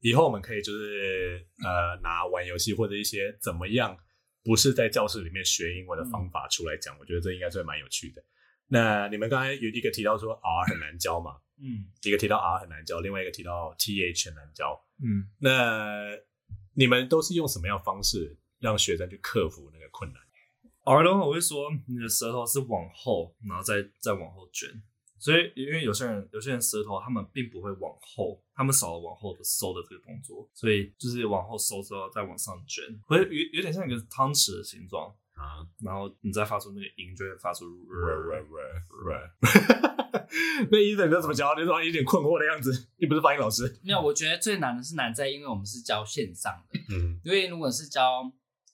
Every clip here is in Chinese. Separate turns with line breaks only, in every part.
以后我们可以就是呃拿玩游戏或者一些怎么样不是在教室里面学英文的方法出来讲，我觉得这应该是蛮有趣的。那你们刚才有一个提到说 R 很难教嘛，
嗯
一个提到 R 很难教，另外一个提到 TH 很难教。
嗯，
那你们都是用什么样的方式让学生去克服那个困难？
耳朵我会说你的舌头是往后，然后再再往后卷。所以，因为有些人有些人舌头他们并不会往后，他们少了往后的收的这个动作，所以就是往后收之后再往上卷，会有有点像一个汤匙的形状，
啊，
然后你再发出那个音，就会发出
呃 那医生你都怎么教？你怎么一脸困惑的样子？你不是发音老师？
没有，
嗯
我觉得最难的是难在，因为我们是教线上的，
嗯，
因为如果是教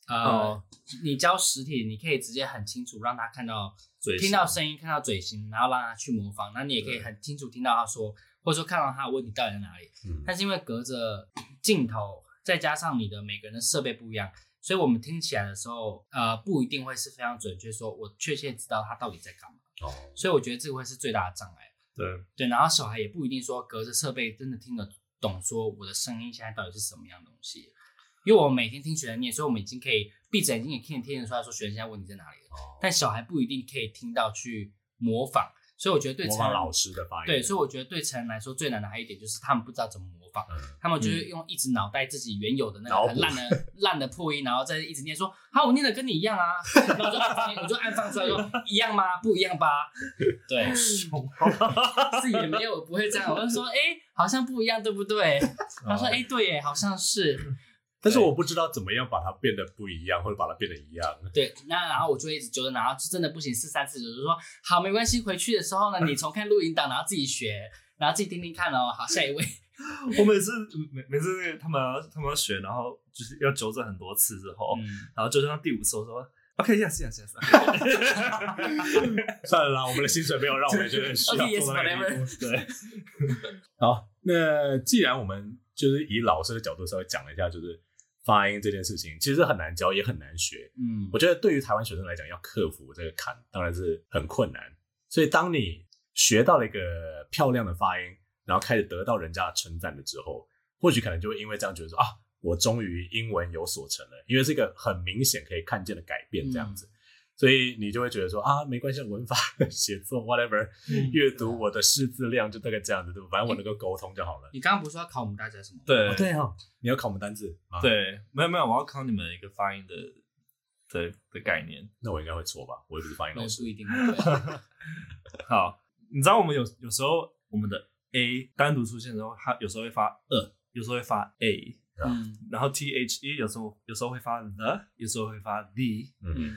呃、
哦
你教实体，你可以直接很清楚让他看到
嘴型
听到声音，看到嘴型，然后让他去模仿，那你也可以
对
很清楚听到他说，或者说看到他的问题到底在哪里。
嗯
但是因为隔着镜头，再加上你的每个人的设备不一样，所以我们听起来的时候，呃，不一定会是非常准确，说我确切知道他到底在干嘛。
哦，
所以我觉得这个会是最大的障碍。
对，
对，然后小孩也不一定说隔着设备真的听得懂，说我的声音现在到底是什么样的东西。因为我们每天听学生念，所以我们已经可以闭着眼睛也可以听得出来说学生现在问题在哪里
哦
了。但小孩不一定可以听到去模仿，所以我觉得对
模
成
仿
人
老师的发音，
对，所以我觉得对成人来说最难的还有一点就是他们不知道怎么模仿，
嗯
他们就是用一直脑袋自己原有的那
脑
个
补
很烂 的烂的破音，然后再一直念说，好，我念的跟你一样啊，然后我就按放，我就按放出来说一样吗？不一样 吧？对， 是也没有我不会这样，我就说，哎、好像不一样，对不对？他
嗯
说，哎、对耶，好像是，
但是我不知道怎么样把它变得不一样，或者把它变得一样。
对，那然后我就会一直纠正，然后真的不行，四三四九就说，好，没关系，回去的时候呢，你重看录影档，然后自己学，然后自己听听看哦，好，下一位。
我每次每每次那个他们要他们要学，然后就是要纠正很多次之
哦
后，
嗯
然后纠正到第五次，我说 OK yes yes yes，
算了啦，我们的薪水没有让我们觉得需要
Okay, yes,
做到那个地步。对， 好，那既然我们就是以老师的角度稍微讲了一下，就是发音这件事情，其实很难教，也很难学。
嗯
我觉得对于台湾学生来讲，要克服这个坎，当然是很困难。所以，当你学到了一个漂亮的发音，然后开始得到人家的称赞了之后，或许可能就会因为这样觉得说啊，我终于英文有所成了，因为是一个很明显可以看见的改变这样子。所以你就会觉得说啊，没关系，文法、写作，whatever，、
嗯
阅读我的识字量就大概这样子，对吧？反正我能够沟通就好了。
你刚刚不是说要考我们大家什么？，
对
哦、对哦，你要考我们单字啊吗？，
对，没有没有，我要考你们一个发音的的的概念。
那我应该会错吧？我也不是发音
那
老师。
不一定会。
好，你知道我们有有时候我们的 a 单独出现的时候，它有时候会发呃，有时候会发 a，
嗯
然后 t h e 有时候有时候会发 the，有时候会发 the。
嗯，
嗯，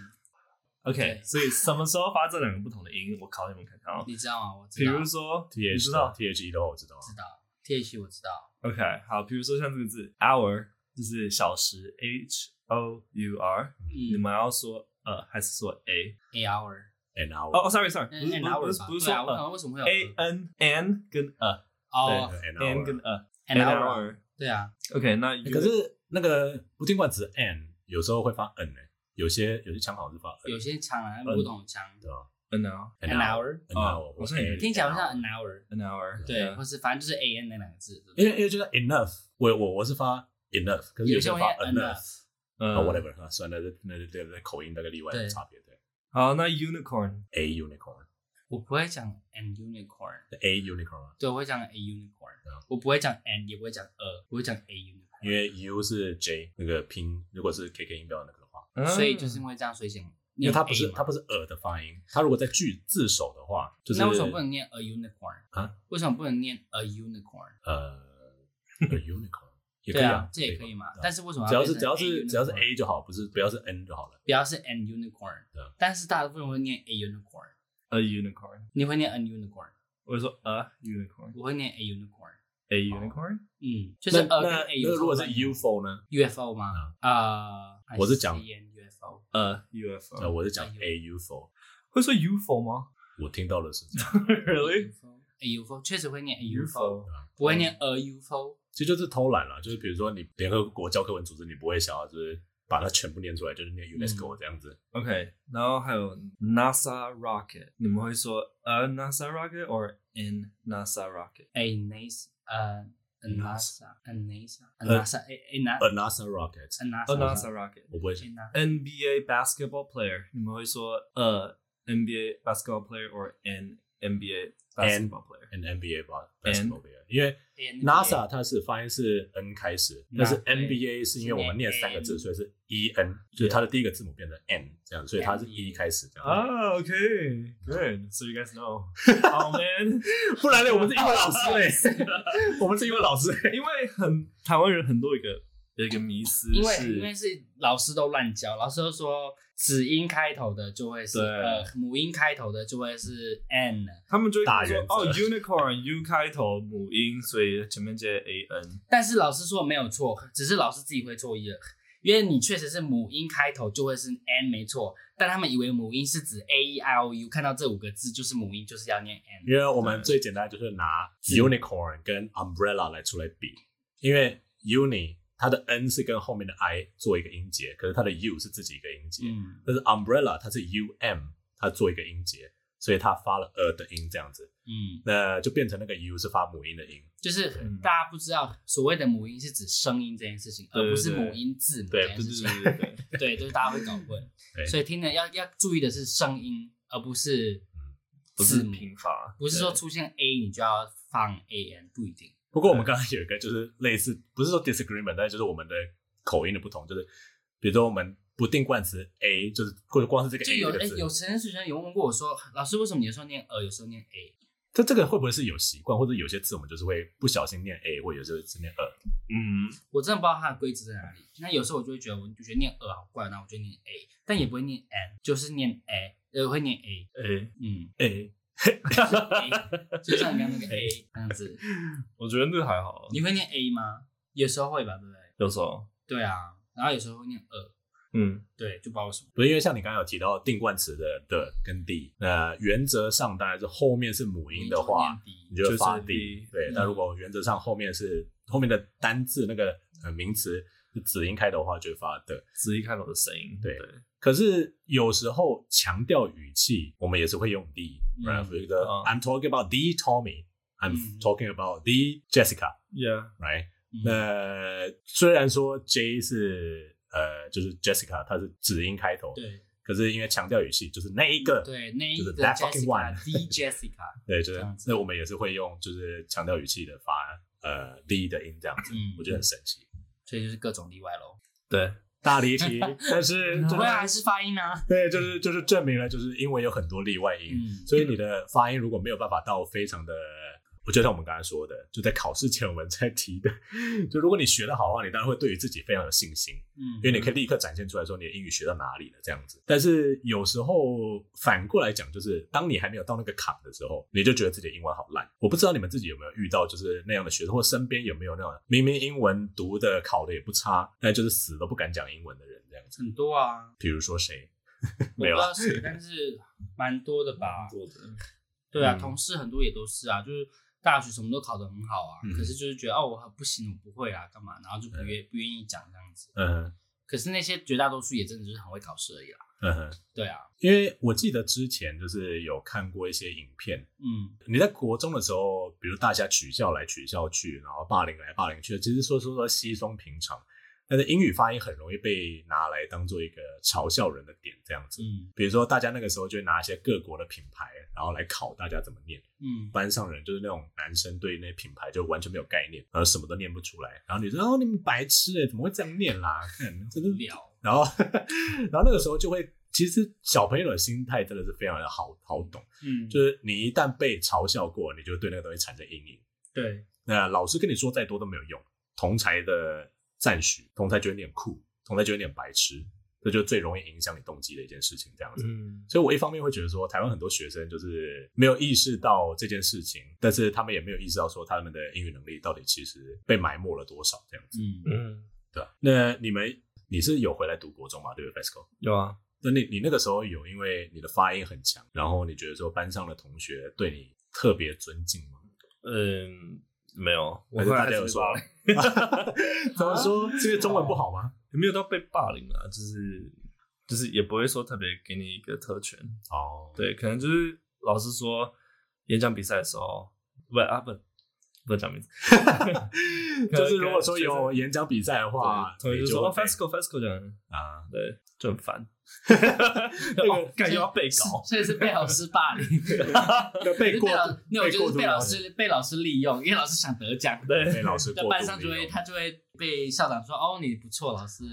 OK，
对
所以什么时候发这两个不同的音？我考你们看看哦。
你知道吗？我
比
知道，
如说，
，T
你
H
知道
，T H E 的话我知道。
知道 T H 我知道，
？OK，好，比如说像这个字 hour，就是小时，h o u r，你
嗯
们要说呃还是说 a？
，A hour，
An hour，
哦哦，sorry，sorry，不
嗯
是
，an
不
hour
是
吧？
不是
对
说
啊，我
呃
想为什么会有
a n n 跟呃
哦
，an
n 跟
hour。
呃 an
an hour，
hour。
对啊，
OK，那
可是那个不定冠词 an 有时候会发 n 呢，有些有些腔好像是发 n，
有些长啊，不懂腔
对吧
an hour
？an
，an hour，
an hour，
哦我是以为
听起来好像 an hour，
an hour，
对，
啊
或是反正就是 a n 那两个字，对不
因
对
为因为就是 enough，我我我是发 enough，可是
有
些
些
人
会
发
enough，
嗯
啊 Oh, whatever 啊，算了，那那那那那口音那个例外的
对
差别，对
好，那 oh, unicorn，
，a unicorn，
我不会讲 an unicorn，
a unicorn 啊，
对，我会讲 a unicorn，
对啊
我不会讲 an，也不会讲 a，我会讲 a unicorn，
因为 u 是 j 那个拼，如果是 KK 音标那个的话，
嗯
所以就是因为这样，所以讲，
因为它不是它不
不，
是呃的发音，它如果在句字首的话，就是
那为什么不能念 a unicorn
啊？
为什么不能念 a unicorn？
呃 a unicorn 也可以
对啊，这也可
对
以
吧
嘛
对啊。
但是为什么
只要是
变成
只要是
A
只要是
unicorn？
A 就好，不是不要是 N 就好了。
不要是 an unicorn，
对啊
但是大部分人会念 a unicorn，
a unicorn，
你会念 an unicorn，
我说 a unicorn，a
我会念 a unicorn，
unicorn，
嗯，就是 a
那
跟
那
a
那如果是
有时
UFO 呢？
候会念 UFO 吗？啊，
我是讲
UFO，
a
呃，
UFO，
我是讲
哎
A UFO，
会说 UFO 吗
我听到的是这样，
？Really？
a UFO 确实会念 a
UFO
UFO，不会念 a UFO，
其实就是偷懒了，就是比如说你联合国教科文组织，你不会想要就是把它全部念出来，就是
嗯
念 UNESCO 这样子。
OK，然后还有 NASA rocket，你们会说 a NASA rocket or an NASA rocket？
a NASA 呃 NASA NASA NASA 哎哎 NASA
Anasa
嗯
Rocket，
Anasa
NASA
Rocket
我不会想
NBA basketball player，你们会说呃 NBA basketball player or an NBA basketball player？
an NBA 吧 basketball player，因为 NASA 它是发音是 N 开始，但是
嗯对
NBA 是因为我们念
是念
三个字，
N
所以是 E N，就是它的第一个字母变成 N 这样，所以它是 E 开始这
啊
样。
Ah, okay, good. So you guys know. oh man，
不然呢，我们是英 文老师嘞，我们是英文 老师嘞。
因为很台湾人很多一个有一个迷思
因为因为
是
是老师都乱教，老师都说子音开头的就会是
对
呃母音开头的就会是 n，
他们就会
大
说
原则
哦，unicorn U 开头母音，所以前面接 a n。
但是老师说没有错，只是老师自己会错意了。因为你确实是母音开头就会是 n 没错，但他们以为母音是指 a e i o u，看到这五个字就是母音，就是要念 n。
因为我们最简单就是拿 unicorn 跟 umbrella 来出来比，因为 uni 它的 N 是跟后面的 I 做一个音节，可是它的 U 是自己一个音节，
嗯，
但是 umbrella 它是 U M，它做一个音节，所以它发了呃的音这样子，
嗯，
那就变成那个 U 是发母音的音。
就是
嗯
大家不知道所谓的母音是指声音这件事情，而不是
对对对
母音字母
对
这
对
件
对
事情。
对 对对，
对，就是大家会搞 混
对。
所以听的要要注意的是声音，而不是
嗯不是
字母，
拼法，
不是说
对
出现 A 你就要放 A N，不一定。
不过我们刚刚有一个就是类似，不是说 disagreement，但是就是我们的口音的不同，就是比如说我们不定冠词 a，就是或者光是这个
就
a
有
这
哎、
个字，
有成人学生有问过我说，老师为什么有时候念呃，有时候念 A？
这这个会不会是有习惯，或者有些字我们就是会不小心念 a，或者有时候是念呃 a。
嗯，
我真的不知道它的规则在哪里。那有时候我就会觉得，我就觉得念呃好怪，那我就念 A，但也不会念 N，就是念 A，呃会念 A，
哎，
嗯
a，
，A，就像你刚刚那个 A 那样子，
我觉得那个还好，
你会念 A 吗？有时候会吧，对不对？
有时候，
对啊，然后有时候会念呃，
嗯，
对，就不知道为什么。
不是因为像你刚刚有提到定冠词的的跟 d，那原则上当然是后面是母音的话，你就会发
就是 D
d。对
嗯，
但如果原则上后面是后面的单字那个呃名词是子音开头的话，就会发的。
子一开头的声音，
对
对，
可是有时候强调语气，我们也是会用 the，
嗯
right？比如说
嗯
I'm talking about the Tommy，I'm
嗯
talking about the Jessica，right？
Yeah，
嗯
那虽然说 J 是呃就是 Jessica，它是子音开头，
对嗯
可是因为强调语气，就是那一个，
对，那一
就
个
是 that fucking one
Jessica，D Jessica，
对，就
这
是
样子
那我们也是会用就是强调语气的发呃 the 的音这样子，
嗯
我觉得很神奇。
所以就是各种例外喽。
对，
大离题，但是 真
不会
的
啊，还是发音啊。
对，就是就是证明了，就是因为有很多例外音，
嗯
所以你的发音如果没有办法到非常的，我就像我们刚才说的，就在考试前我们在提的， 就如果你学得好的话，你当然会对于自己非常有信心，
嗯
因为你可以立刻展现出来说你的英语学到哪里了这样子。但是有时候反过来讲，就是当你还没有到那个坎的时候，你就觉得自己的英文好烂。我不知道你们自己有没有遇到就是那样的学生，或身边有没有那种明明英文读的考的也不差，但就是死都不敢讲英文的人这样子。
很多啊，
比如说谁？
我
没有
不
啊嗯啦
知道 谁，但是蛮多的吧。
多的，
对啊，
嗯
同事很多也都是啊，就是大学什么都考得很好啊，
嗯
可是就是觉得哦，我不行，我不会啊，干嘛？然后就不愿不愿意讲这样子。
嗯哼
可是那些绝大多数也真的就是很会考试而已啦。
嗯哼，
对啊，
因为我记得之前就是有看过一些影片，
嗯
你在国中的时候，比如大家取笑来取笑去，然后霸凌来霸凌去，其实说说说稀松平常，但是英语发音很容易被拿来当做一个嘲笑人的点，这样子。
嗯
比如说，大家那个时候就会拿一些各国的品牌，然后来考大家怎么念。
嗯，
班上人就是那种男生对那些品牌就完全没有概念，然后什么都念不出来。然后女生哦，你们白痴哎、怎么会这样念啦？看，真的
无聊。
然后， 然后那个时候就会，其实小朋友的心态真的是非常的好好懂，
嗯，
就是你一旦被嘲笑过，你就对那个东西产生阴影。
对，
那老师跟你说再多都没有用，同才的赞许，同才觉得你很酷，同才觉得你很白痴，这就最容易影响你动机的一件事情。这样子，
嗯，
所以我一方面会觉得说，台湾很多学生就是没有意识到这件事情，但是他们也没有意识到说他们的英语能力到底其实被埋没了多少这样子。
嗯，
嗯，
对吧，那你们你是有回来读国中吗？对不对 f e s c o
有啊，
那你你那个时候有因为你的发音很强，然后你觉得说班上的同学对你特别尊敬吗？
嗯，没有，我
还是
后来
大家有
还是
说
被霸凌
怎么说？是因为中文不好吗？
也没有到被霸凌啊，就是就是也不会说特别给你一个特权，
哦，
对，可能就是老师说演讲比赛的时候，不啊不，不能讲名字，
就是如果说有演讲比赛的话，
同学
你
就说
会
哦 FESCO FESCO 这样，
啊，
对，就很烦，
那个
哦感觉要被搞，
所以是被老师霸凌，
那 被过
被老
度，
那我就
过
是
度
被
了
老
解
师被老师利用，因为老师想得奖，
对
被老师过
在
度
班上就
利
会
用
他就会被校长说哦你不错，老师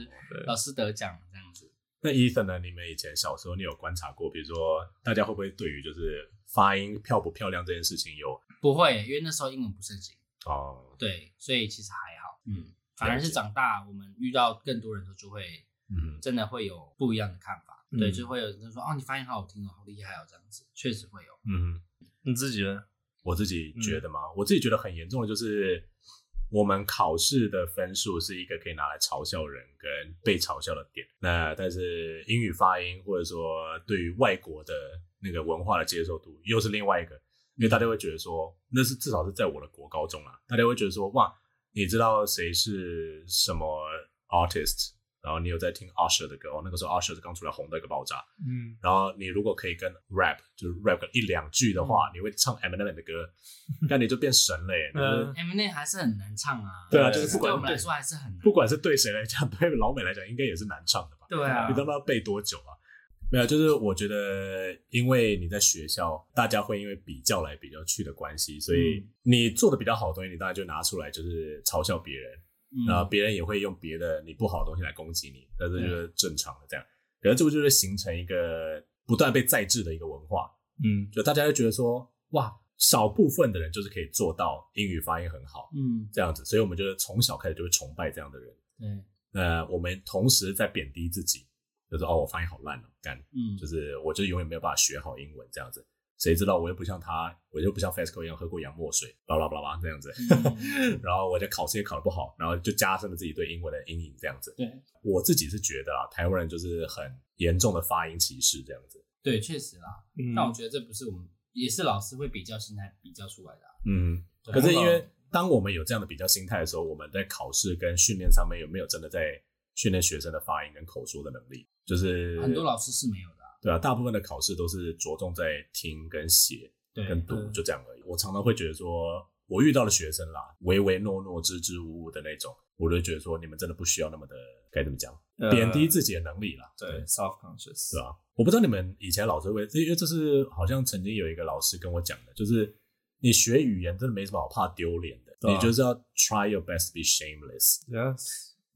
老师得奖了这样子。
那 Ethan 呢？你们以前小时候，你有观察过，比如说大家会不会对于就是发音漂不漂亮这件事情有
不会，因为那时候英文不盛行，
哦，
对，所以其实还好，嗯，
解
反而是长大我们遇到更多人的时候，就会
嗯，
真的会有不一样的看法，
嗯
对，就会有人说哦你发音好好听哦，好厉害哦这样子，确实会有。
嗯，
你自己呢？
我自己觉得嘛，我自己觉得很严重的就是我们考试的分数是一个可以拿来嘲笑人跟被嘲笑的点。那但是英语发音或者说对于外国的那个文化的接受度又是另外一个，因为大家会觉得说那是至少是在我的国高中啊，大家会觉得说哇，你知道谁是什么 artist，然后你有在听 Usher 的歌哦，那个时候 Usher 是刚出来红到一个爆炸，
嗯，
然后你如果可以跟 rap 就是 rap 个一两句的
嗯
话，你会唱 Eminem 的歌，那你就变神了耶！就是
嗯
M N 还是很难唱啊，
对
啊就是不
管
对我们来说还是很难，
不管是对谁来讲，对老美来讲，应该也是难唱的吧？
对啊
你，他妈要背多久啊？没有，就是我觉得，因为你在学校，大家会因为比较来比较去的关系，所以
嗯
你做的比较好的东西，你当然就拿出来就是嘲笑别人，
嗯
然后别人也会用别的你不好的东西来攻击你，那这就
对
是正常的这样。然后这不就是形成一个不断被再制的一个文化？
嗯，
就大家就觉得说，哇，少部分的人就是可以做到英语发音很好
嗯，
这样子，所以我们就是从小开始就会崇拜这样的人。
对，
呃，我们同时在贬低自己，就是哦，我发音好烂哦，干，
嗯，
就是我就永远没有办法学好英文这样子。谁知道我又不像他，我又不像 FESCO 一样喝过洋墨水，巴拉巴拉巴拉这样子。
嗯
然后我就考试也考得不好，然后就加深了自己对英文的阴影这样子。
对
我自己是觉得啊，台湾人就是很严重的发音歧视这样子。
对，确实啊啦。
嗯
但我觉得这不是我们，也是老师会比较心态比较出来的啊。
嗯，
对
可是因为当我们有这样的比较心态的时候，我们在考试跟训练上面有没有真的在训练学生的发音跟口说的能力？就是
很多老师是没有的啊。
对啊，大部分的考试都是着重在听跟写
对
跟读，
嗯
就这样而已。我常常会觉得说，我遇到的学生啦，唯唯诺诺、支支吾吾的那种，我就觉得说，你们真的不需要那么的该怎么讲，
啊
呃
贬低自己的能力啦。
呃，对，self conscious，
是啊，我不知道你们以前老师会，因为这是好像曾经有一个老师跟我讲的，就是你学语言真的没什么好怕丢脸的，
对啊
你就是要 try your best be shameless，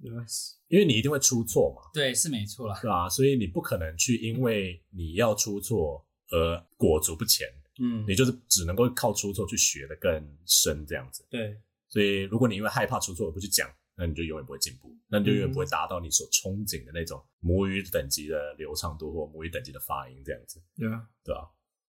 ，yes，yes，
因为你一定会出错嘛，
对，是没错啦。
对吧、所以你不可能去因为你要出错而裹足不前，
嗯
你就是只能够靠出错去学的更深这样子。
对，
所以如果你因为害怕出错而不去讲，那你就永远不会进步，那你就永远
嗯
不会达到你所憧憬的那种母语等级的流畅度或母语等级的发音这样子。
对啊，
对啊。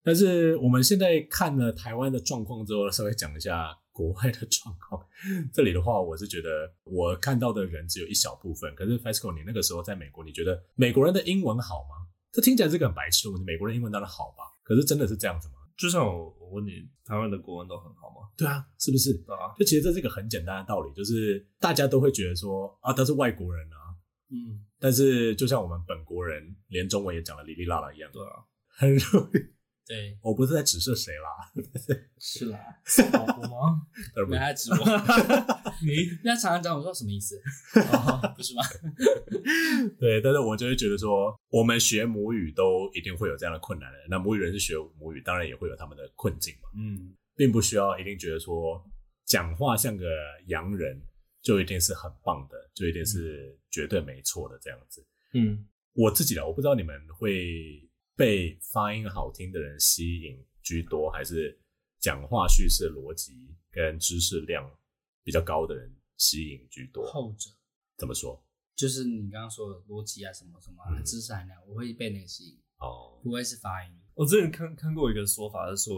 但是我们现在看了台湾的状况之后，稍微讲一下国外的状况。这里的话，我是觉得我看到的人只有一小部分。可是 FESCO，你那个时候在美国，你觉得美国人的英文好吗？这听起来是个很白痴的问题。美国人英文当然好吧，可是真的是这样子吗？
就像我我问你，台湾的国文都很好吗？
对啊，是不是？
对啊，
就其实这是一个很简单的道理，就是大家都会觉得说啊，他是外国人啊。
嗯，
但是就像我们本国人，连中文也讲的哩哩啦啦一样，
对啊，
很容易。
对，
我不是在指涉谁啦，
是啦。
好国 吗？
而不
没
是
他指我，
你
人家常常讲我说什么意思， 哦不是吗？
对，但是我就会觉得说，我们学母语都一定会有这样的困难的。那母语人是学母语，当然也会有他们的困境嘛，
嗯，
并不需要一定觉得说讲话像个洋人就一定是很棒的，就一定是绝对没错的这样子。
嗯，
我自己的，我不知道你们会被发音好听的人吸引居多，还是讲话叙事逻辑跟知识量比较高的人吸引居多？
后者
怎么说？
就是你刚刚说的逻辑啊，什么什么啊
嗯
知识含量，我会被那个吸引，
哦，
不会是发音。
我之前看看过一个说法是说，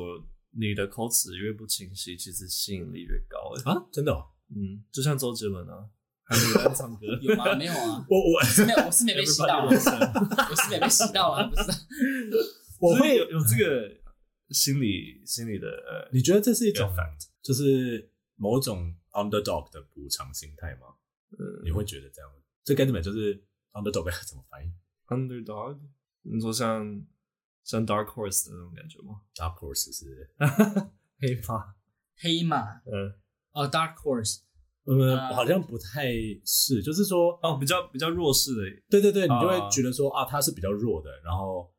你的口齿越不清晰，其实吸引力越高。欸
啊，真的、哦，
嗯，就像周杰 伦啊，还有人唱歌，
有吗？没有啊，
我我。
没 有，我是没被吸到啊， 我是没被吸到啊，不是。
我
所以
会
有有这个心理心理的呃，
你觉得这是一种
比较反
就是某种 underdog 的补偿心态吗？
呃
你会觉得这样？这跟你们就是 underdog 要怎么翻译
underdog，你说像像 dark horse 的那种感觉吗？
？Dark horse 是
黑怕，
黑马，
嗯，
哦，Dark Horse，
呃，
啊
好像不太是，就是说，
哦，比较比较弱势的，
对对对，你就
啊
会觉得说啊，他是比较弱的，然后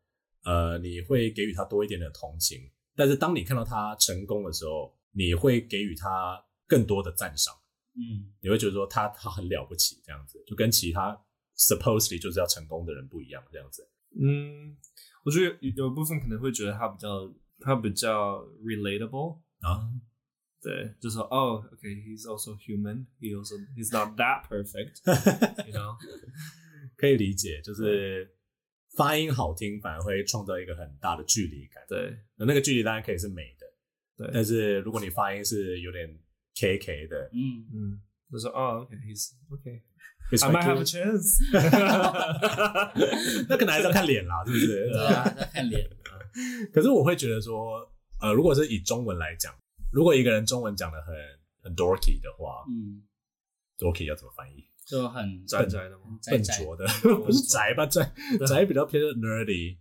呃，你会给予他多一点点同情，但是当你看到他成功的时候，你会给予他更多的赞赏，
嗯，
你会觉得说他他很了不起，这样子，就跟其他 supposedly 就是要成功的人不一样，这样子。
嗯，我觉得有有一部分可能会觉得他比较他比较 relatable，
啊，
对，就说哦，OK，he's、also human，he also he's not that perfect，you know，
可以理解，就是发音好听反而会创造一个很大的距离感。
对
那那个距离当然可以是美的，但
对，
是如果你发音是有点 K K 的
嗯，
嗯，就说哦，OK，he's OK，I
，it's
might have a
like-
chance，
那可能还是要看脸啦，是不 是？呃
对啊，在看脸，
可是我会觉得说，呃，如果是以中文来讲，如果一个人中文讲的很很 dorky 的话
嗯，
，dorky 要怎么翻译？
就很
宅宅的吗？
宅
笨
宅，
拙的，不是宅吧？宅啊宅比较偏 nerdy，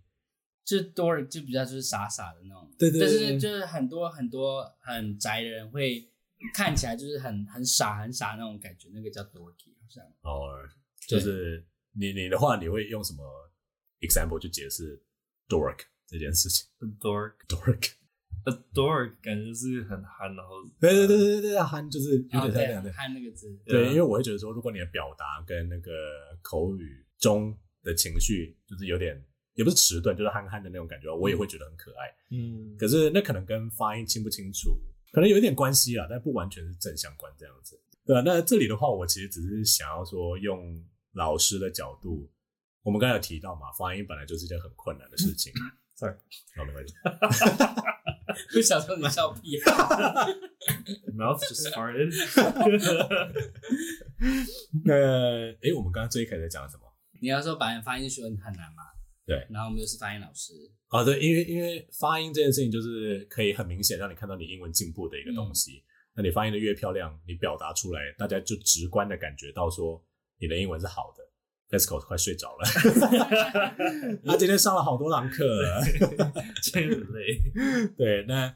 就多人就比较就是傻傻的那种，
对对
但
对
是就是很多很多很宅的人会看起来就是很很傻很傻那种感觉，那个叫 dorky 好像。
偶尔就是你你的话，你会用什么 example 去解释 dork 这件事情
a dork，a
？dork，
dork 感觉是很憨，然后
对对对对对对，憨就是有
啊
点像这
对
样的，
看那个字，
对
对，
啊
因为我会觉得说，如果你的表达跟那个口语中的情绪，就是有点也不是迟钝，就是憨憨的那种感觉，我也会觉得很可爱。
嗯，
可是那可能跟发音清不清楚，可能有一点关系啦，但不完全是正相关这样子。对啊，那这里的话，我其实只是想要说，用老师的角度，我们刚才有提到嘛，发音本来就是一件很困难的事情。
Sorry
好，没关系。
我想说你笑屁啊，
mouth just farted，
那诶，我们刚刚最一开始在讲什么？
你要说把人发音学很难嘛？
对
然后我们又是发音老师，
好的，啊因为因为发音这件事情，就是可以很明显让你看到你英文进步的一个东西。那你发音的越漂亮，你表达出来，大家就直观的感觉到说你的英文是好的。Tesco 快睡着了，他今天上了好多堂课了。
真很累，
对，那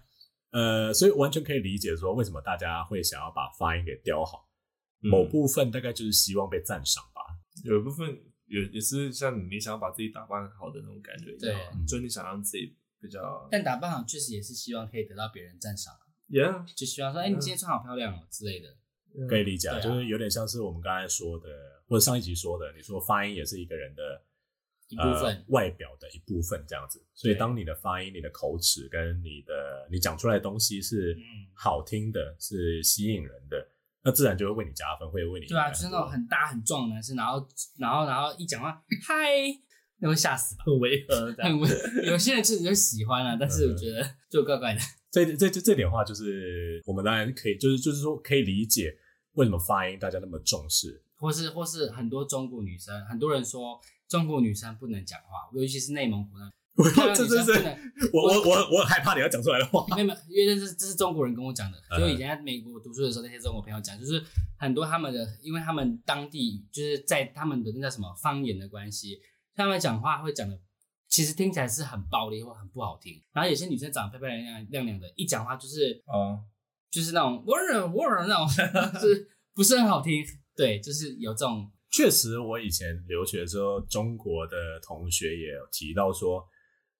呃，所以完全可以理解说为什么大家会想要把发音给雕好。
嗯
某部分大概就是希望被赞赏吧。
有一部分也也是像你想要把自己打扮好的那种感觉一样啊
对，
就你想让自己比较
但打扮好确实也是希望可以得到别人赞赏，啊
，yeah，
就希
嗯
望说，哎，你今天穿好漂亮哦之类的。
可以理解，
对
啊、
啊
就是有点像是我们刚才说的，或者上一集说的，你说发音也是一个人的
一部分
呃、外表的一部分这样子。所以
对
当你的发音、你的口齿跟你的你讲出来的东西是
嗯
好听的、是吸引人的，那自然就会为你加分，会为你
对啊，
带来
就是那
多
种很大很壮的男生，然后然后然后一讲话，嗨，那会吓死吧？
很违和的，
很温 有些人确实就喜欢啊，但是
嗯
我觉得 就怪怪的。
这这这这点的话，就是我们当然可以，就是就是说可以理解为什么发音大家那么重视。
或是或是很多中国女生，很多人说中国女生不能讲话，尤其是内蒙 古那
我
漂亮
这
女
这
生
是
不能。
我我我我害怕你要讲出来的话。
没有没有，因为这是这是中国人跟我讲的，
嗯
就以前在美国读书的时候，那些中国朋友讲，就是很多他们的，因为他们当地就是在他们的那叫什么方言的关系，他们讲话会讲的，其实听起来是很暴力或很不好听。然后有些女生长得漂漂亮亮亮亮的，一讲话就是
啊，
就是那种我惹我惹那种，就是不是很好听。对，就是有这种
确实，我以前留学的时候，中国的同学也有提到说，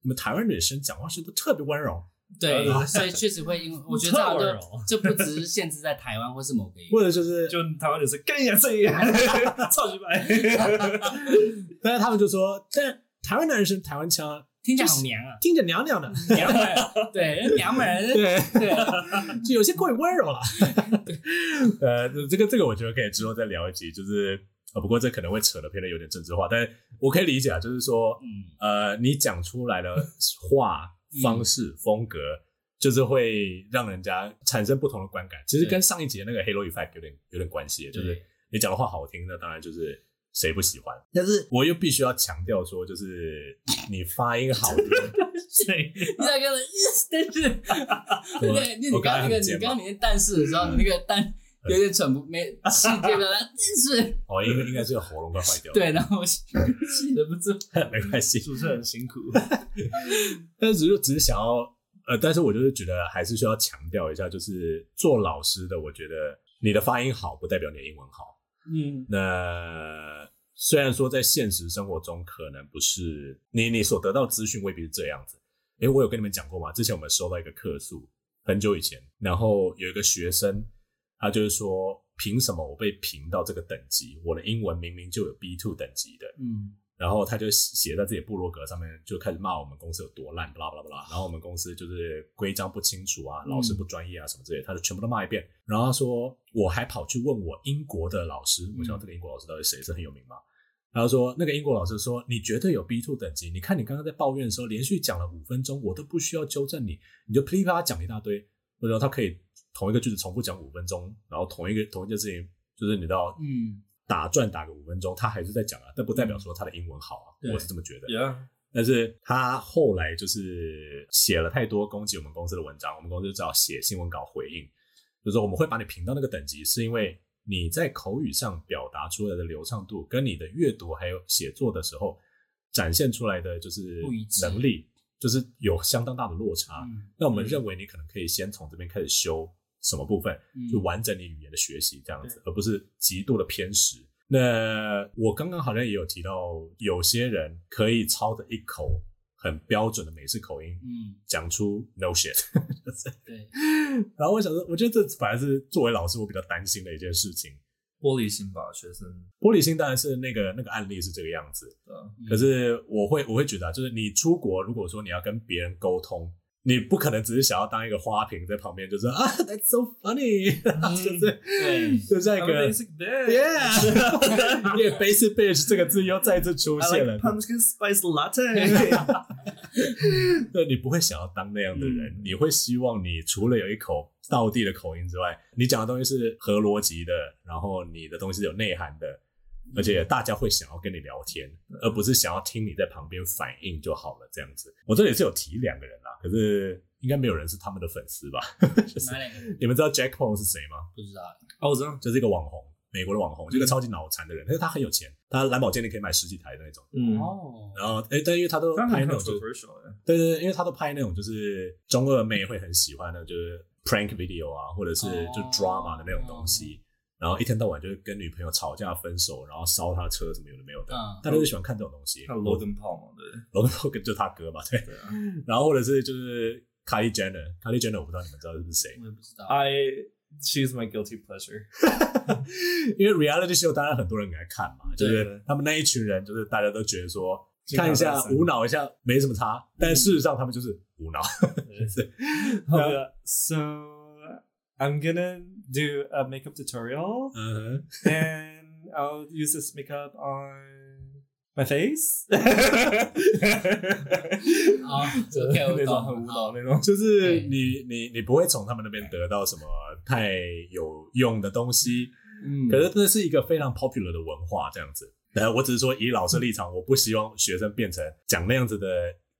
你们台湾女生讲话是都特别温柔，
对，
嗯
所以确实会 因为我觉得这好
特
像
柔
就
哦
就不只是限制在台湾或是某个一个
或者就是，
就台湾女生更也啊这 样，超 级白，
但是他们就说，但台湾男生台湾腔
听起来好娘啊，
听着娘娘的，
娘们儿，对，娘们 儿，
对，
对。
就有些过于温柔了。 呃，这个这个我觉得可以之后再聊一集，就是呃，不过这可能会扯得偏的有点政治化，但我可以理解啊，就是说，
嗯，
呃，你讲出来的话方式、风格，就是会让人家产生不同的观感。其实
对
跟上一集的那个 Halo Effect 有点有点关系，就是
对
你讲的话好听，那当然就是谁不喜欢。但是我又必须要强调说，就是你发音好听，
谁
你那个但 是，对对，你
我
你
刚才
刚刚那个
很
你
贱嗯
刚
吗
刚你那但是的时候，你那个但有点喘不 没气对了，但是
哦，因为应该是喉咙快坏掉了，
对，然后我气忍不住，
没关系。
主持人很辛苦，
但是只是只是想要呃，但是我就是觉得还是需要强调一下，就是做老师的，我觉得你的发音好不代表你的英文好。
嗯，
那虽然说在现实生活中可能不是你你所得到资讯未必是这样子。诶，我有跟你们讲过吗？之前我们收到一个客诉，很久以前，然后有一个学生，他就是说，凭什么我被评到这个等级？我的英文明明就有 B two 等级的，
嗯，
然后他就写在自己的部落格上面，就开始骂我们公司有多烂，巴拉巴拉巴拉。然后我们公司就是规章不清楚啊，老师不专业啊，什么之类的，他就全部都骂一遍。然后他说，我还跑去问我英国的老师，我想这个英国老师到底谁是很有名吗？他就说，那个英国老师说，你绝对有 B two 等级。你看你刚刚在抱怨的时候，连续讲了五分钟，我都不需要纠正你，你就噼里啪啦讲一大堆。我说他可以同一个句子重复讲五分钟，然后同一个同一件事情，就是你到
嗯，
打转打个五分钟，他还是在讲啊，但不代表说他的英文好啊，
对
我是这么觉得。
，Yeah，
但是他后来就是写了太多攻击我们公司的文章，我们公司就只好写新闻稿回应，就是说我们会把你评到那个等级，是因为你在口语上表达出来的流畅度，跟你的阅读还有写作的时候展现出来的就是
不一致
能力，就是有相当大的落差。
嗯
那我们认为你可能可以先从这边开始修什么部分，
嗯
就完整你语言的学习这样子，而不是极度的偏食。那我刚刚好像也有提到，有些人可以操着一口很标准的美式口音
嗯，
讲出 no shit，
对，
然后我想说，我觉得这反而是作为老师我比较担心的一件事情。
玻璃心吧，学生，
玻璃心当然是那个那个案例是这个样子，
对啊
嗯
可是我会我会觉得、啊，就是你出国，如果说你要跟别人沟通，你不可能只是想要当一个花瓶在旁边，就是啊，that's so funny，、就是
嗯
对，
就像一
，I'm
个
a basic bitch。
yeah，因为 basic bitch 这个字又再次出
I
现了
like，pumpkin spice latte。
对，你不会想要当那样的人，
嗯
你会希望你除了有一口道地的口音之外，你讲的东西是合逻辑的，然后你的东西是有内涵的，而且大家会想要跟你聊天，而不是想要听你在旁边反应就好了。这样子，我这里是有提两个人啦，可是应该没有人是他们的粉丝吧？ 就是
哪两个
你们知道 Jack Paul 是谁吗？
不知道？啊
哦，我知道，
就是一个网红，美国的网红，就一个超级脑残的人，但是他很有钱，他蓝宝坚尼可以买十几台的那种。
嗯，
哦，
然后，哎，但因为他都
他
拍
很
那种就是
controversial 哎，
对对，对，因为他都拍那种就是中二妹会很喜欢的，就是 prank video 啊，或者是
哦
就 drama 的那种东西。然后一天到晚就是跟女朋友吵架、分手，然后烧她车什么有的没有的，
嗯
大家就喜欢看这种东西。
看哦 Logan Paul 嘛，对
罗根罗根就是他哥嘛，对。
对啊。
然后或者是就是 Kylie Jenner，Kylie Jenner 我不知道你们知道是不是谁，
我也不知
啊
道。
I she's my guilty pleasure。
因为 reality show 当然很多人给他看嘛，就
嗯对
是
对
他们那一群人就是大家都觉得说
健康
看一
大
下
赛
无脑一下没什么差，但事实上他们就是无脑。
Uh, so I'm gonna do a makeup tutorial
嗯哼。
and I'll use this makeup on my face. 那种很无脑，
哦，OK，我懂。好
那种。
就是
对
你你你不会从他们那边得到什么太有用的东西，
嗯，
可是那是一个非常 popular 的文化这样子。呃，我只是说以老师立场，我不希望学生变成讲那样子的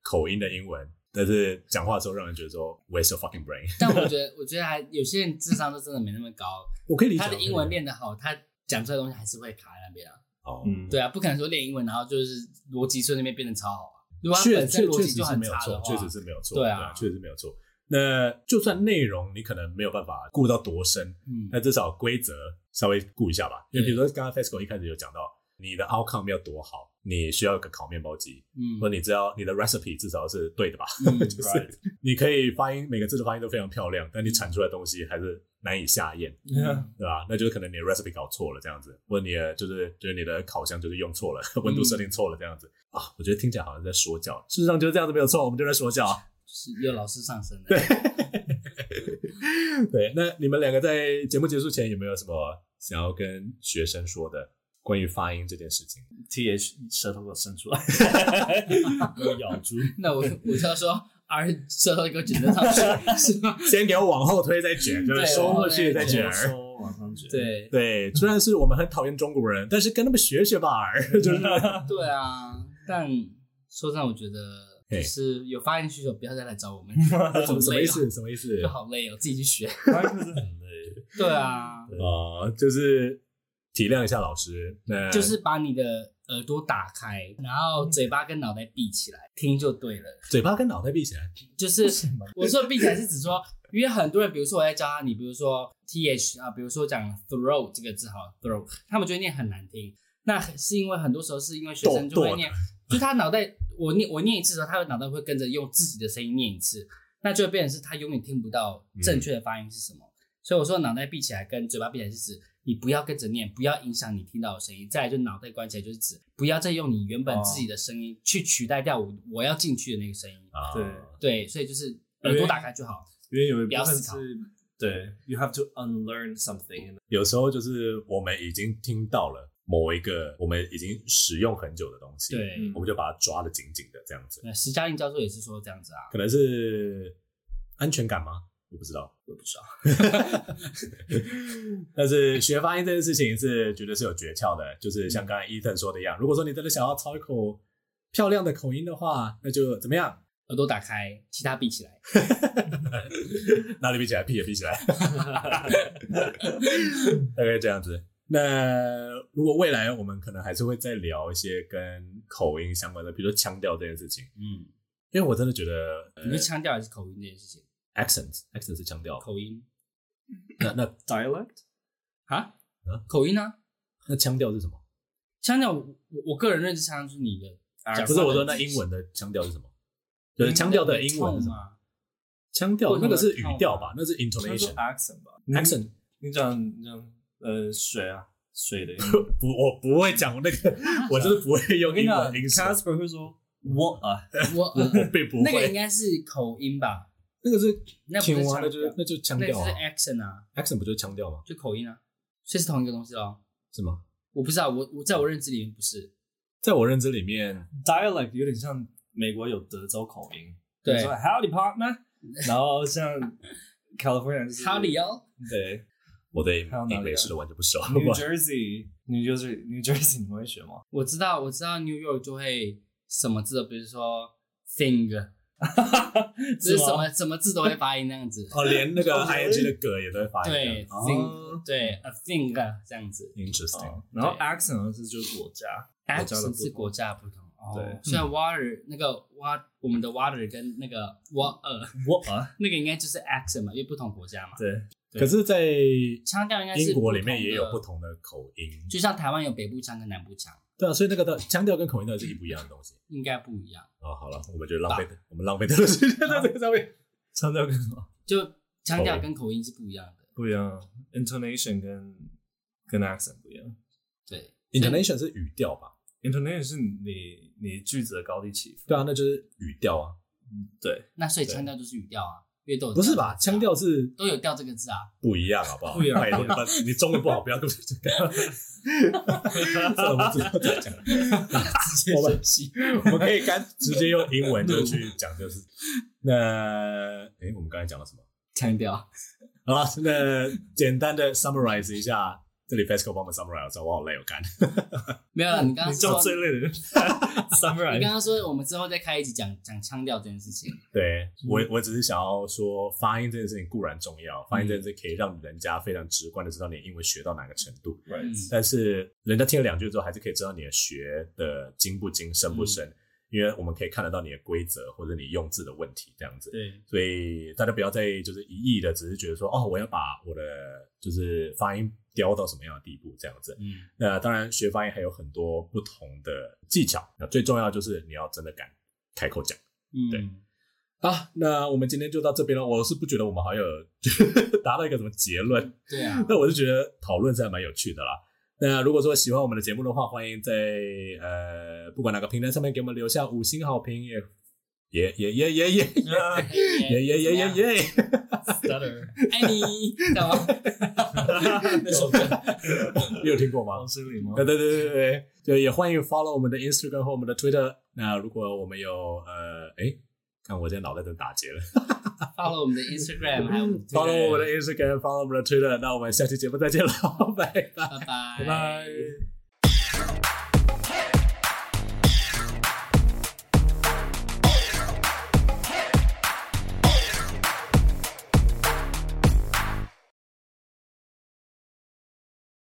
口音的英文，但是讲话的时候让人觉得说 waste your fucking brain。
但我觉得，我觉得还有些人智商都真的没那么高。
我可以理解
他的英文练得好，他讲出来的东西还是会卡在那边啊。
哦，
对啊，不可能说练英文，然后就是逻辑顺那边变得超好啊。如果他
确
本身
确
逻
确
辑
实
就是很
没有
差的
错
话，，
确实是没有错，
对啊
啊，确实是没有错。那就算内容你可能没有办法顾到多深，
嗯，
那至少规则稍微顾一下吧。因为比
对
如说刚刚 FESCO 一开始有讲到，你的 outcome 要多好，你需要有个烤面包机，
嗯，
或者你知道你的 recipe 至少是对的吧？
嗯
就是
right
你可以发音每个字的发音都非常漂亮，但你产出来的东西还是难以下咽，
嗯 Yeah.
对吧？那就是可能你的 recipe 搞错了这样子，或者你的就是就是你的烤箱就是用错了， 温
嗯
度设定错了这样子啊。我觉得听起来好像在说教，事实上就是这样子没有错，我们就在说教啊。
是有老师上身的。对，
对，那你们两个在节目结束前有没有什么想要跟学生说的关于发音这件事情？
th 舌头给我伸出来，我咬住。
那我我就要说，R 最后一个卷得上去是 吗？
先给我往后推再卷，就是
对
收回去再卷。
收往上卷。
对
对，虽然是我们很讨厌中国人，但是跟他们学学吧， 就是
对啊，但说真的，我觉得
嘿
就是有发言需求，不要再来找我 们，
什么什么意思？什么意思？
啊就好累哦，自己去学。
他就是很累。
对啊，
呃哦，就是体谅一下老师，那
就是把你的耳朵打开，然后嘴巴跟脑袋闭起来听就对了。
嘴巴跟脑袋闭起来，
就是
么
我说的闭起来是指说，因为很多人，比如说我在教他，你比如说 T H 啊，比如说讲 throat 这个字好 throat，他们就会念很难听。那是因为很多时候是因为学生就会念，就他脑袋我念我念一次的时候，他的脑袋会跟着用自己的声音念一次，那就会变成是他永远听不到正确的发音是什么。所以我说脑袋闭起来跟嘴巴闭起来是指你不要跟着念，不要影响你听到的声音。再来就脑袋关起来就是指不要再用你原本自己的声音去取代掉我我要进去的那个声音。
啊
对，
对，所以就是耳
哎
朵打开就好。
因为有一
不要
部分
思考
是对，you have to unlearn something，
有时候就是我们已经听到了某一个我们已经使用很久的东西，，
对，
我们就把它抓得紧紧的，这样子，
那石嘉玲教授也是说这样子啊，
可能是安全感吗？我不知道，
我不知道。
但是学发音这件事情是绝对是有诀窍的，就是像刚才伊藤说的一样，如果说你真的想要操一口漂亮的口音的话，那就怎么样？
耳朵打开，其他闭起来。
哪里闭起来，屁也闭起来，大概这样子。那如果未来我们可能还是会再聊一些跟口音相关的，比如说腔调这件事情，
嗯，
因为我真的觉得、呃
你是腔调还是口音这件事情？
accent accent 是腔调，
口音
那那
，dialect
啊
啊，
口音呢？
那腔调是什么？
腔调，我我个人认知腔调就是你的，
啊
讲
不是
话
我说，
的
那
姿势
英文的腔调是什么？
嗯
就是腔调的英文是什么？
啊
吗？
腔调那个是语
或者
调吧
痛，
那是
它是
intonation。
accent 吧
accent
你你讲你讲呃水啊水的音，
不，我不会讲那 个，我就是不会
啊我
用
跟你
英
讲
文音色，
，Casper 会说 what 啊，
我
我
呃
并 不
那个应
会。
该是口音吧？
那个是
那不
青
是
蛙，
腔
那就是
调，
那就是腔
那就
调
是
啊
accent 啊，
，accent 不就是腔调吗？
就口音啊，所以是同一个东西咯。
是吗？
我不知道，我我在我认知里面不是。
在我认知里面，
dialect 有点像美国有德州口音，
对
比如说 Howdy partner，然 后像 California 就是
哈里哦，
对
我对
还有哪里啊
英美式的完全不熟。。
New Jersey，New Jersey，New Jersey 你们会学吗？
我知道，我知道 New York 就会什么字都，比如说 thing。就是
是
什
吗？
么什么字都会发音那样子
哦，连那个
哦
ing 的歌也都会发音
对
的。
，think，对，a think 这样子。哎
Interesting，
哦然后
对
accent 呢是就是国家，国家的
action
不
是
同
国家不同哦。
对
虽
嗯
然 water 那个 wat 我们的 water 跟那个 water
我啊，
那个应该就是 action 嘛，因为不同国家嘛。
对，
可是，在
腔调应该是
英国里
不同
面
的
也有不，同的口音，
就像台湾有北部腔跟南部腔，
对啊，所以那个的腔调跟口音到底是一不一样的东西。
应该不一样。
哦，好了，我们就浪费，我们浪费的时 间 在这个上面。
腔调跟什么
就腔调跟口音是不一样的。
不一样？intonation 跟跟 accent 不一样
对
Intonation 是语调吧？
，intonation 是你你句子的高低起伏，
对啊，那就是语调啊，
对，
那所以腔调就是语调啊，因为都有
不是吧？
这
腔
样子啊
调是
都有调这个字 啊。
不一样，好不好？
不一样
拜托你把你中文不好，不要跟我讲。 这我们最后再讲，直接生气。 我们可以干直接用英文就去讲，就是那诶，我们刚才讲了什么？
腔调，
好了，那简单的 summarize 一下，这里 FESCO 帮我们 summarize 一下，我好累，我干。
没有了。嗯你刚刚
你叫
说
最累的人
你刚
，summarize
刚说我们之后再开一集讲讲腔调这件事情，
对
嗯
我，我只是想要说，发音这件事情固然重要，发音
嗯
这件事情可以让人家非常直观的知道你英文学到哪个程度，
嗯
right。
但是人家听了两句之后，还是可以知道你的学的精不精、深
嗯
不深，因为我们可以看得到你的规则或者你用字的问题这样子。
对，
所以大家不要再就是一意的，只是觉得说哦，我要把我的就是发音雕到什么样的地步这样子。
嗯，
那当然，学发音还有很多不同的技巧，那最重要就是你要真的敢开口讲。对
嗯，
好，那我们今天就到这边了。我是不觉得我们好像有 达到一个什么结论，
对 啊，
但我是觉得讨论是还蛮有趣的啦。那如果说喜欢我们的节目的话，欢迎在呃不管哪个平台上面给我们留下五星好评，也也也也也也也也
哎
也也 也，
stutter，
爱你，知道吗？ 那首歌，
你有听过吗
哦
王？心凌吗
对？对对对对，就也欢迎 follow 我们的 Instagram 和我们的 Twitter。那如果我们有呃哎，看我现在脑袋都打结了。
发了我们的 Instagram，还有我哎们的 Twitter
follow 我们的 Instagram，follow 我们的 Twitter。那我们下期节目再见了，拜拜。
拜拜，
拜拜。